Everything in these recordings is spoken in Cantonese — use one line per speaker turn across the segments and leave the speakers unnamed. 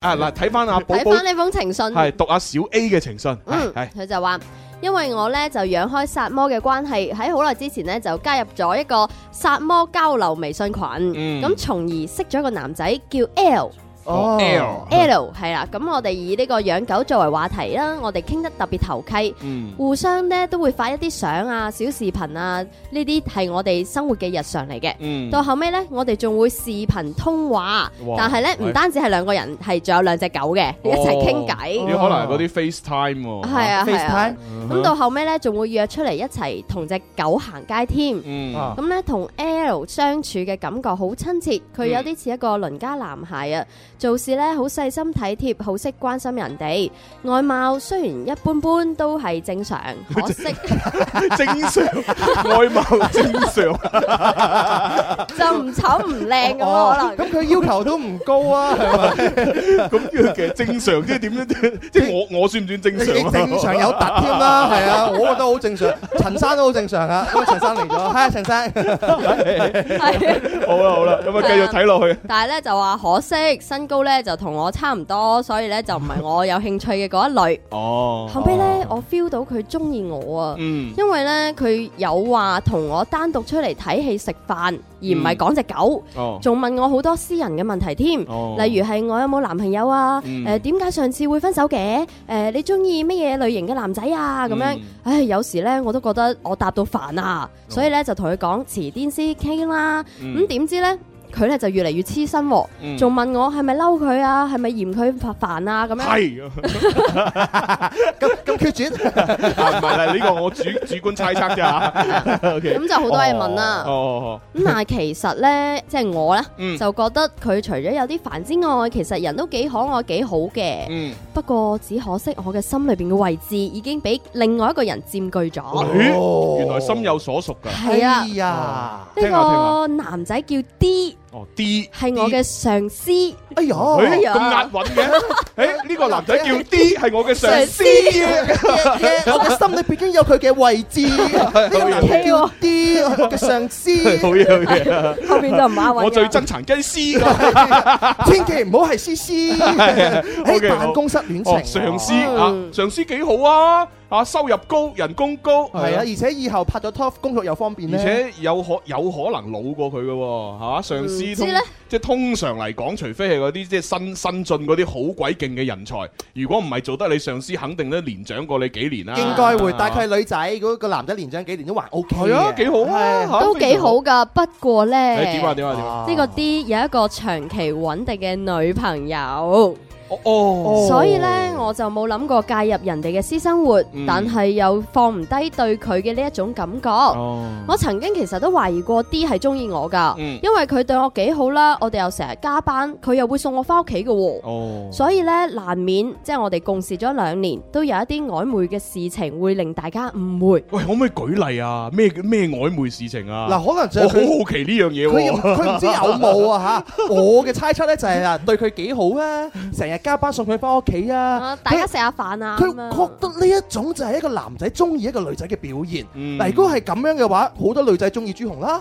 啊嗱，睇翻阿寶
睇
寶
翻呢封情信，
係讀阿小 A 嘅情信，
嗯，
係係
佢就話。因為我呢就養開殺魔嘅關係，喺好耐之前呢就加入咗一個殺魔交流微信群，咁、
嗯
從而識咗個男仔叫 L。
哦 L
L 係啦，咁我哋以呢個養狗作為話題啦，我哋傾得特別投契，
嗯
互相呢都會發一啲相啊、小視頻啊，呢啲係我哋生活嘅日常嚟嘅。
嗯
到後尾呢，我哋仲會視頻通話
哇，
但係呢，
喂哦
唔單止係兩個人，係仲有兩隻狗嘅一齊傾偈。
你可能係嗰啲哦 FaceTime 喎，
係啊係啊
FaceTime？，
咁到後尾咧仲會約出嚟一齊同只狗行街添。
嗯
啊
咁咧同 L 相處嘅感覺好親切，佢有啲似一個鄰家男孩啊，做事咧好細心體貼，好識關心人哋。外貌雖然一般般，都係正常，可惜
正常外貌正 常，
就唔醜唔靚咁咯，可
哦，
能。
咁佢要求都唔高啊， 係咪？
咁嘅其實正常即係點樣？即係我我算唔算正常
你
啊？
正常有突添啦，係啊，我覺得好正常，陳生都好正常啊，咁啊陳 生嚟咗，嗨陳生，
係
好啦好啦，咁啊繼續睇落去。
但係咧就話可惜身高咧就同我差唔多，所以咧就唔係我有興趣嘅嗰一類。
哦
後尾咧我 feel 到佢中意我啊。
嗯
因為咧佢有話同我單獨出嚟睇戲食飯，而唔係講只狗，
嗯哦
仲問我好多私人嘅問題添。
哦
例如係我有冇男朋友啊？
嗯
誒點解上次會分手嘅？誒、你中意乜嘢類型嘅男仔啊？咁樣，
嗯哦
唉有時咧我都覺得我答到煩啊，所以咧就同佢講遲啲先傾啦。咁點、知咧佢咧就越嚟越黐身喎、
嗯
仲問我係咪嬲佢啊？係咪嫌佢煩啊？咁樣。
係。
咁咁決絕，
啊唔係啦，呢個我主主觀猜測啫 嚇。O K，
咁就好多嘢問啊啦
哦，
咁但係其實咧，即係我咧，
嗯
就覺得佢除咗有啲煩之外，其實人都幾可愛、幾好嘅。
嗯，
不過只可惜我嘅心裏邊嘅位置已經俾另外一個人佔據咗。
咦哦原來心有所屬㗎。
係啊，
哦哎呀，
聽下聽
呢
下
個男仔叫 D，
哦，D
係我嘅 上司。
哎呀，
誒
哎呀
咁押韻嘅，誒 呢個男仔叫 D 係我嘅上司，
我嘅心裏邊已經有佢嘅位置，呢
啊
個男人叫 D，我嘅 上司，
好嘢好嘢，
後邊就唔啱啊
我最憎殘雞絲㗎，
千祈唔好係思思喺辦公室
啊
戀
哦
情，
上司啊
嗯
上司幾好啊，啊收入高，人工高，
係啊，而且以後拍咗拖，工作又方便
而
咧，
且有可有可能老過佢嘅喎，係嘛？上司
唔知
通
呢
即係通常嚟講，除非係嗰啲即係新新進嗰啲好鬼勁嘅人才，如果唔係做得你上司，肯定都年長過你幾年啦。
應該會，但係佢係女仔，嗰個男仔年長幾年都還 O K
係啊，幾好啊，嚇
都幾好。㗎。不過
誒
咧，
點啊點啊點啊！
呢個 D 有一個長期穩定嘅女朋友。
哦哦，
所以咧，我就冇諗過介入人哋嘅私生活，
嗯
但係又放唔低對佢嘅呢一種感覺。
哦
我曾經其實都懷疑過 D 係中意我㗎，
嗯
因為佢對我幾好啦，我哋又成日加班，佢又會送我翻屋企嘅喎。
哦，
所以咧，難免即係我哋共事咗兩年，都有一啲曖昧嘅事情會令大家誤會。
喂，可唔可以舉例啊？咩咩曖昧事情啊？
嗱，可能就
我
係
好
佢
好奇呢樣嘢
佢
喎。
佢唔知有 冇啊嚇！我嘅猜測咧就係啊，對佢幾好啊，成日加班送佢翻屋企啊
啊，大家食下飯啊，
佢
咁樣
覺得呢一種就係一個男仔中意一個女仔嘅表現。
嗯
嗱，如果係咁樣嘅話，好多女仔中意朱 紅啦，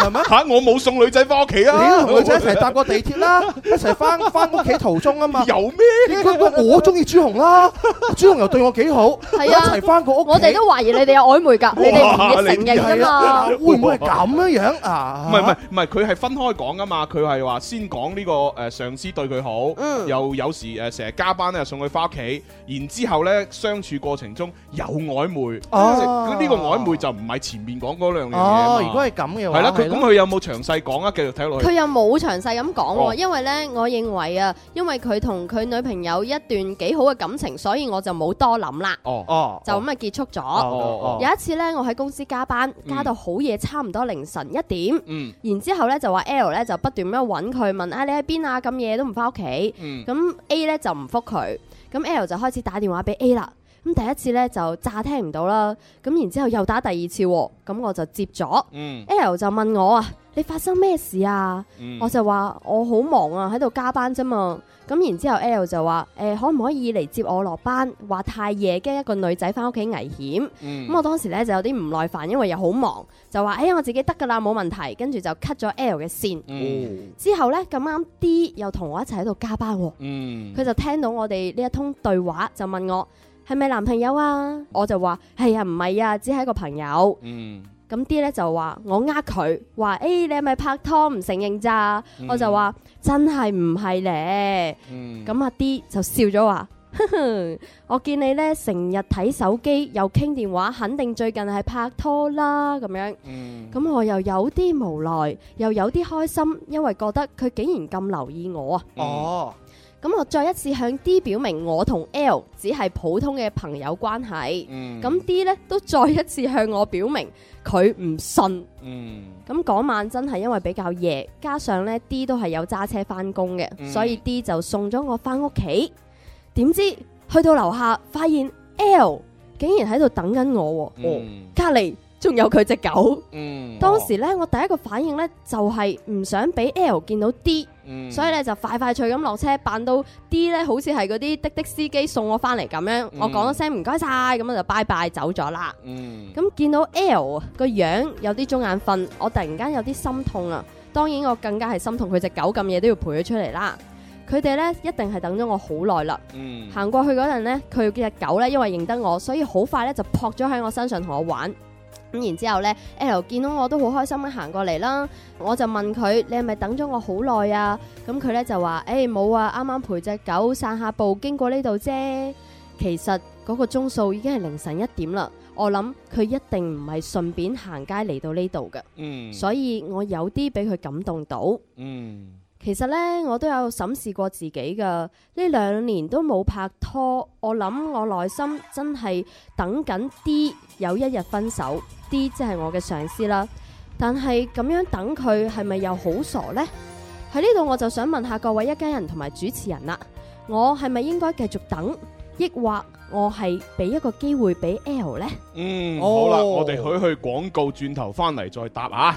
係咪？
嚇，我冇送女仔翻屋企啊！
你都同女仔一齊搭過地鐵啦，一齊翻翻屋企途 中啊嘛。
有咩？
應該講我中意朱紅啦，朱紅又對我幾好，一
係啊
齊翻過屋企。
我哋都懷疑你哋有曖昧㗎，你哋唔承認㗎
係啊，
嘛
會。唔會係咁樣樣啊？
唔係唔係唔係，佢係分開講噶嘛，佢係話先講呢個誒上司對佢
嗯
好，又有時誒成日加班咧送佢翻屋企，然之後咧相處過程中有曖昧，即
哦
係呢個曖昧就唔係前面講嗰兩樣嘢啊
哦
嘛，
如果係咁嘅話，
係啦，佢咁
咯
佢有冇詳細講啊？繼續睇落去
佢，又冇詳細咁講
哦
喎，因為呢，我認為啊，因為佢同佢女朋友一段幾好嘅感情，所以我就冇多諗啦，
哦，
哦，
就咁啊結束咗。
哦嗯
有一次呢，我喺公司加班，加到好夜，差唔多凌晨一點，
嗯
然之後呢，就話 L 呢就不斷咁樣揾佢問啊你喺邊啊，咁夜都唔翻屋企，
嗯，
咁 A 呢就唔覆佢，咁 L 就開始打電話俾 A 啦。咁第一次呢，就詐聽唔到啦，咁然之後又打第二次喎，咁我就接咗。
嗯
L 就問我啊，你發生咩事啊？
嗯
我就話我好忙啊，喺度加班啫嘛。咁然之後 L 就話誒、可唔可以嚟接我落班？話太夜驚一個女仔翻屋企危險。
嗯
咁我當時咧就有啲唔耐煩，因為又好忙，就話誒、哎我自己得㗎啦，冇問題。跟住就 cut 咗 L 嘅線。
嗯
之後咧咁啱 D 又同我一齊喺度加班喎、
嗯
佢就聽到我哋呢一通對話，就問我係咪男朋友啊？我就話係啊，唔係啊，只係一個朋友。
嗯，
咁 D 咧就話我呃佢，話誒、你係咪拍拖唔承認咋？我就話真係唔係咧。
嗯
咁阿 D 就笑咗話。 哼哼我見你咧成日睇手機又傾電話，肯定最近係拍拖啦咁樣。
嗯
咁我又有啲無奈，又有啲開心，因為覺得佢竟然咁留意我啊！
嗯
哦，
咁我再一次向 D 表明我同 L 只係普通嘅朋友關係。
嗯
咁 D 呢都再一次向我表明佢唔信。
嗯
咁嗰晚真係因為比較夜，加上呢 D 都係有揸車翻工嘅，
嗯
所以 D 就送咗我翻屋企。點知去到樓下，發現 L 竟然喺度等緊我喎，
嗯
隔離仲有佢只狗。
嗯
當時呢，我第一個反應呢就係唔想俾 L 見到 D。
嗯
所以咧就快快脆咁落車，扮到 D 咧好似係嗰啲滴滴司機送我翻嚟咁樣，
嗯
我講咗聲唔該晒，咁我就拜拜走咗啦。
嗯
咁見到 L 啊個樣有啲中眼瞓，我突然間有啲心痛啊！當然我更加係心痛佢只狗咁夜都要陪佢出嚟啦。佢哋咧一定係等咗我好耐啦。
嗯
行過去嗰陣呢，佢嘅狗呢，因為認得我，所以好快呢就撲咗喺我身上同我玩。咁然之後呢 L 見到我都好開心咁行過嚟啦，我就問佢：你係咪等咗我好耐啊？咁佢呢就話：誒冇啊，啱啱陪只狗散下步經過呢度啫。其實嗰個鐘數已經係凌晨一點啦，我諗佢一定唔係順便行街嚟到呢度嘅，
嗯
所以我有啲俾佢感動到。
嗯
其實呢，我都有審視過自己噶。呢兩年都冇拍拖，我諗我內心真係等緊 D 有一日分手，D 即係我嘅上司啦。但係咁樣等佢係咪又好傻呢？喺呢度我就想問下各位一家人同埋主持人啦，我係咪應該繼續等，抑或我係俾一個機會俾 L 呢？
嗯，
哦
好啦，我哋去去廣告，轉頭翻嚟再答啊。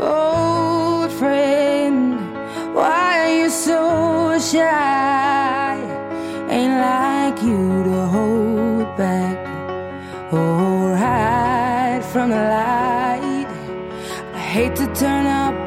old friend. Why are you so shy? Ain't like you to hold back or hide from the light. I hate to turn up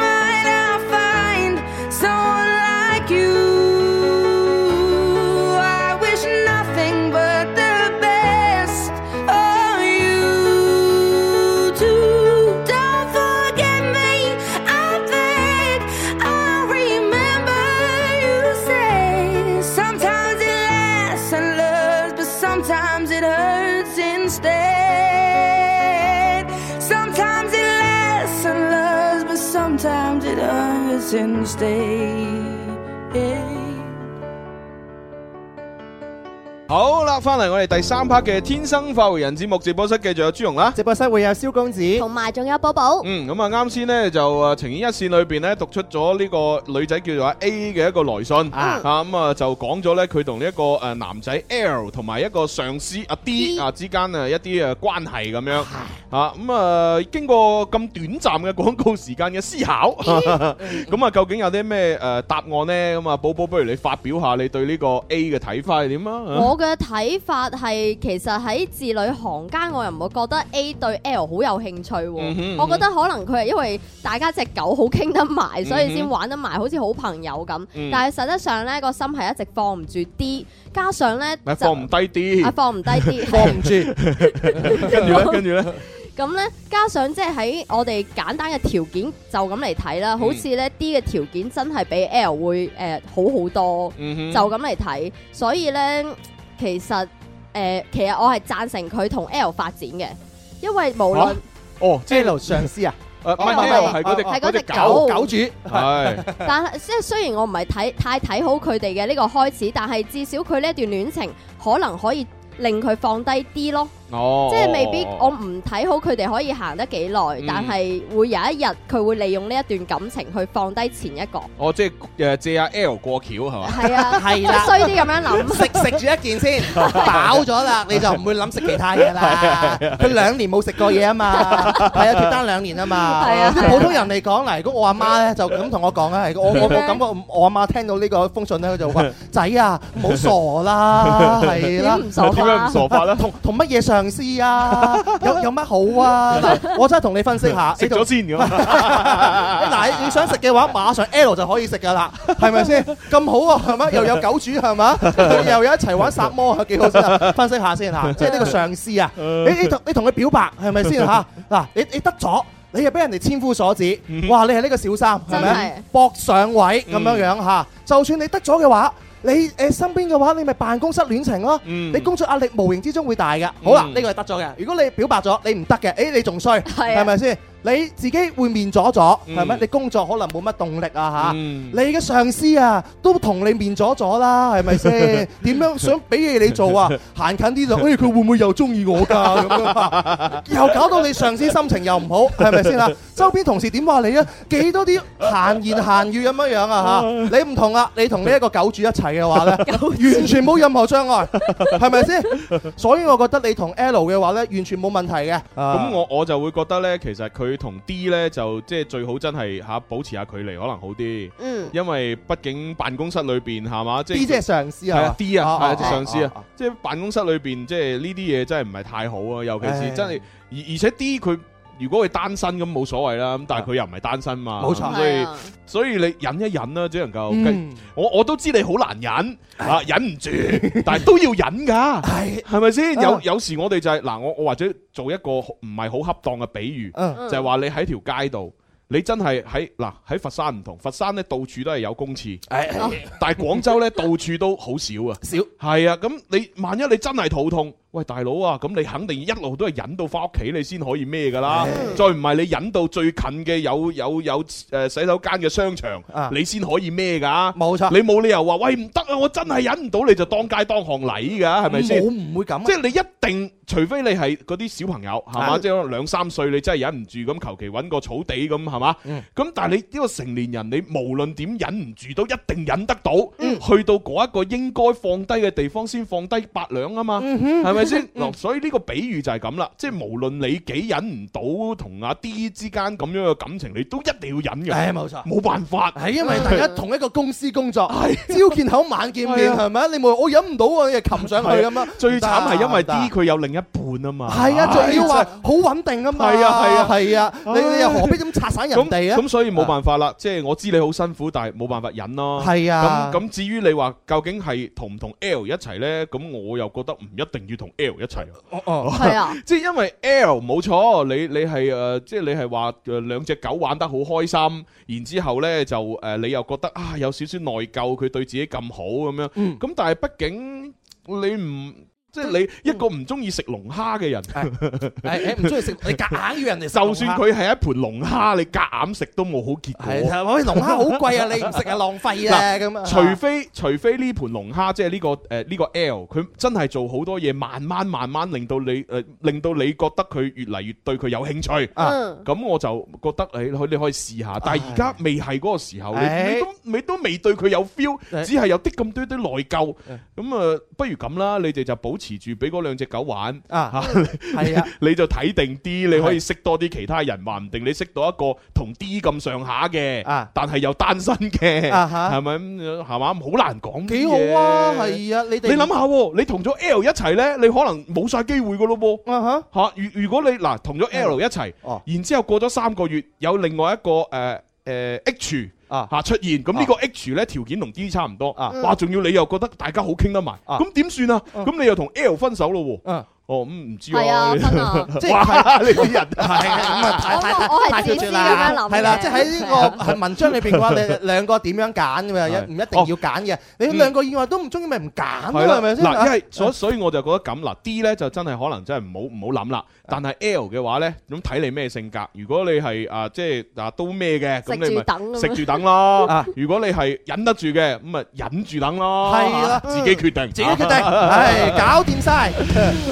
mind, I'll find someone like you. I wish nothing but the best of you too. Don't forget me. I think I remember you say sometimes it lasts and loves, but sometimes it hurts instead. Sometimes it lasts and loves, but sometimes it hurts instead.
好啦，翻嚟我哋第三 part 嘅《天生快活人》節目直播室，繼續有朱容啦。
直播室會有蕭公子，
同埋仲有寶寶，
嗯，咁啊，啱先呢，就啊情牽一線裏邊呢，讀出咗呢個女仔叫做阿 A 嘅一個來信
啊
啊，咁啊就講咗呢，佢同呢一個誒男仔 L 同埋一個上司阿 D 啊之間啊一啲誒關係咁樣啊，咁啊經過咁短暫嘅廣告時間嘅思考， 咁啊究竟有啲呃咩誒答案呢？咁啊，寶寶不如你發表下你對呢個 A 嘅睇法係點啊？
我嘅睇睇法係其實喺字裏行間，我又唔會覺得 A 對 L 好有興趣喎。
嗯哼
我覺得可能佢係因為大家隻狗好傾得埋，所以
嗯
先
哼
玩得埋，好似好朋友咁。
嗯
但係實質上咧，個心係一直放唔住 D，加上咧
咪
就
放唔低啲
啊，放唔低 D，
放唔住。
跟住咧，跟住咧，
咁咧，加上即係喺我哋簡單嘅條件就咁嚟睇
嗯
啦，好似咧 D 嘅條件真係比 L 會誒、呃好好多，
嗯
就
哼，
咁嚟睇，所以咧其實誒、呃其實我係贊成佢同 L 發展嘅，因為無論
嚇哦，即係
J 上司啊，
誒呃唔
唔
係
係
L 係嗰隻
係
嗰
嗰隻
隻
狗
狗，
狗主
係
但係即係雖然我唔係睇太睇好佢哋嘅呢個開始，但係至少佢呢一段戀情可能可以令佢放低啲咯，
哦，
即係未必
哦
我唔睇好佢哋可以行得幾耐，但係會有一日佢會利用呢一段感情去放低前一個，
哦，即係誒借阿 L 過橋係嘛？
係啊，
係
即係
啦。
衰啲咁樣諗。
食食住一件先，飽咗 啦，你就唔會諗食其他嘢啦。啊佢兩年冇食過嘢啊嘛， 係啊，脱單兩年啊嘛。
係啊係啊
普通人嚟講嗱，如果我阿媽咧就咁同我講 啦，係我我我
點咧
感覺我阿媽聽到呢個封信咧，佢就 話：仔啊，唔好傻啦，係啦
點。唔啊 傻
點樣
法
唔？傻法咧？
同同乜嘢上司 啊？有有乜好啊？嗱，我真係同你分析下，
食
呢度
咗先咁。
嗱，你你想食嘅話，馬上 L 就可以食噶啦，係 咪先？咁好啊，係咪？又有狗主係嘛，又有一齊玩殺魔，幾好先啊！分析下先嚇，即係呢個上司啊，
嗯
你你同 你同佢表白係咪先嚇？嗱，你你得咗。你又俾人哋千夫所指，
嗯
哇！你係呢個小三，係咪
真係
搏上位咁樣樣
嗯
嚇？就算你得咗嘅話，你誒身邊嘅話，你咪辦公室戀情咯。
嗯
你工作壓力無形之中會大嘅。好啦，
嗯
呢個係得咗嘅。如果你表白咗，你唔得嘅，誒你仲衰，
係啊
係咪先？你自己會面咗咗，
嗯
係咪？你工作可能冇乜動力啊嚇。
嗯
你嘅上司啊，都同你面咗咗啦，係 咪先？點樣想俾嘢你做啊？行近啲就，誒佢會唔會又中意我㗎？咁樣啊又搞到你上司心情又唔好，係咪先啊？周邊同事點話你啊？幾多啲閒言閒語咁樣樣啊嚇？你唔同啊，你同呢一個狗主一齊 嘅話咧，完全冇任何障礙，係咪先？所以我覺得你同 L 嘅話咧，完全冇問題嘅。
咁我我就會覺得呢，其實佢同 D 呢，就即係最好真係嚇保持下距離，可能好啲，
嗯，
因為畢竟辦公室裏邊係嘛，即
D 即係上司
係啊
啊
D 啊，係啊
啊
即係上司
啊
啊，即係辦公室裏邊即係呢啲嘢真係唔係太好啊，尤其
唉
是真係而而且 D 佢。如果佢單身咁冇所謂啦，咁但係佢又唔係單身嘛，
啊冇錯
所
係
以
啊，
所以你忍一忍啦，只能夠繼
嗯，
我我都知你好難 忍啊，忍唔住，但係都要忍㗎，
係，
係咪先？有
啊
有時我哋就係嗱，我我或者做一個唔係好恰當嘅比喻，
嗯。
就
就
係話你喺條街度。你真係喺嗱喺佛山唔同，佛山咧到處都係有公廁，但係廣州 咧到處都好少啊。
少
係啊，咁你萬一你真係肚痛，喂大佬啊，咁你肯定一路都係忍到翻屋企你先可以咩㗎啦。再唔係你忍到最近嘅有有有誒洗手間嘅商場
啊，
你先可以咩㗎？
冇錯，
你冇理由話喂唔得啊，我真係忍唔到，你就當街當巷禮㗎，係咪先？
我唔會咁啊，
即係你一定，除非你係嗰啲小朋友，係嘛？
係
即係可能兩三歲，你真係忍唔住咁，求其揾個草地咁，係嘛？
嗯
咁但係你呢個成年人，你無論點忍唔住，都一定忍得到。
嗯
去到嗰一個應該放低嘅地方，先放低八兩啊嘛，
嗯
係咪先？嗱，所以呢個比喻就係咁啦，即係無論你幾忍唔到同阿 D 之間咁樣嘅感情，你都一定要忍嘅，
係冇錯。
冇辦法。
係因為大家同一個公司工作，朝見口晚見
係
面，
啊
係咪啊？你冇我忍唔到啊，你就擒上去咁啊！
最慘係因為 D
唔得唔得
佢有另一半啊嘛。
係啊，仲要話好穩定啊嘛！
係啊係啊
係啊！你你又何必咁拆散人
咁
哋啊？
咁所以冇辦法啦，即係我知你好辛苦，但係冇辦法忍咯。
係啊，
咁咁至於你話究竟係同唔同 L 一齊呢？咁我又覺得唔一定要同 L 一齊喎，
哦 哦
係啊，
即係因為 L 冇錯，你你係誒、呃即係你係話誒兩隻狗玩得好開心，然之後呢，就誒、呃你又覺得啊有少少內疚，佢對自己咁好咁樣，咁、
嗯
但係畢竟你唔即係你一個唔中意食龍蝦嘅人。
誒誒唔中意食，你夾硬要人哋食龍蝦
就算佢係一盤龍蝦，你夾硬食都冇好結
係
果。
係喂龍蝦好貴啊，你唔食啊浪費啊咁啊！
除非除非呢盤龍蝦，即係呢個誒呢個 L，佢真係做好多嘢，慢慢慢慢令到你誒令到你覺得佢越嚟越對佢有興趣。
啊
嗯，
咁我就覺得誒，你可你可以試下，但係而家未係嗰個時候，你
唉
你都你都未對佢有 feel，
唉
只係有啲咁多啲內疚。咁啊，不如咁啦，你哋就保持住俾嗰兩隻狗玩。
啊， 係啊，
你就睇定啲，你可以識多啲其他人，話唔定你識到一個同 D 咁上下嘅，
啊
但係又單身嘅，
啊哈
係咪咁係嘛？好難講。
幾好啊，。係啊，你
你
哋
諗下喎，你同咗 L 一齊呢，你可能冇晒機會噶咯噃。
啊哈，
吓，如如果你嗱同咗 L 一齊，
哦
然之後過咗三個月有另外一個誒誒 H
啊
嚇出現，咁呢個 H 咧條件同 D 差唔多
啊，
哇！仲要你又覺得大家好傾得埋，
啊
咁點算啊？
嗯
咁你又同 L 分手咯喎？
嗯，
哦，咁唔知
係啊，
啊。
分啊。
即係
哇！你啲人
係 咁啊，太太
我我係
太決
自私
絕啦
咁樣諗嘅啊
係啦，即係喺呢個係文章裏邊嘅 話，你兩個點樣揀嘅嘛？
係哦嗯
唔一定要揀嘅，你兩個以外都唔中意，咪唔揀咯，係咪先？啊
嗱，因為所所以我就覺得咁嗱，D 咧就真係可能真係唔好唔好諗啦。
啊
但係 L 嘅話咧，咁睇你咩性格。如果你係啊，即係啊都咩嘅，咁
食
你
住
咪
等咁樣
食住等咯。
啊
如果你係忍得住嘅，咁咪忍住等咯。啊
係啦
自己決定。啊
自 己決定，係搞掂晒。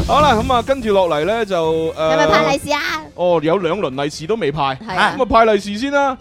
好啦，咁啊，跟住落嚟咧就誒，呃
有咪派利是啊？
哦，有兩輪利是都未派，
係啊
咁啊派利是先啦。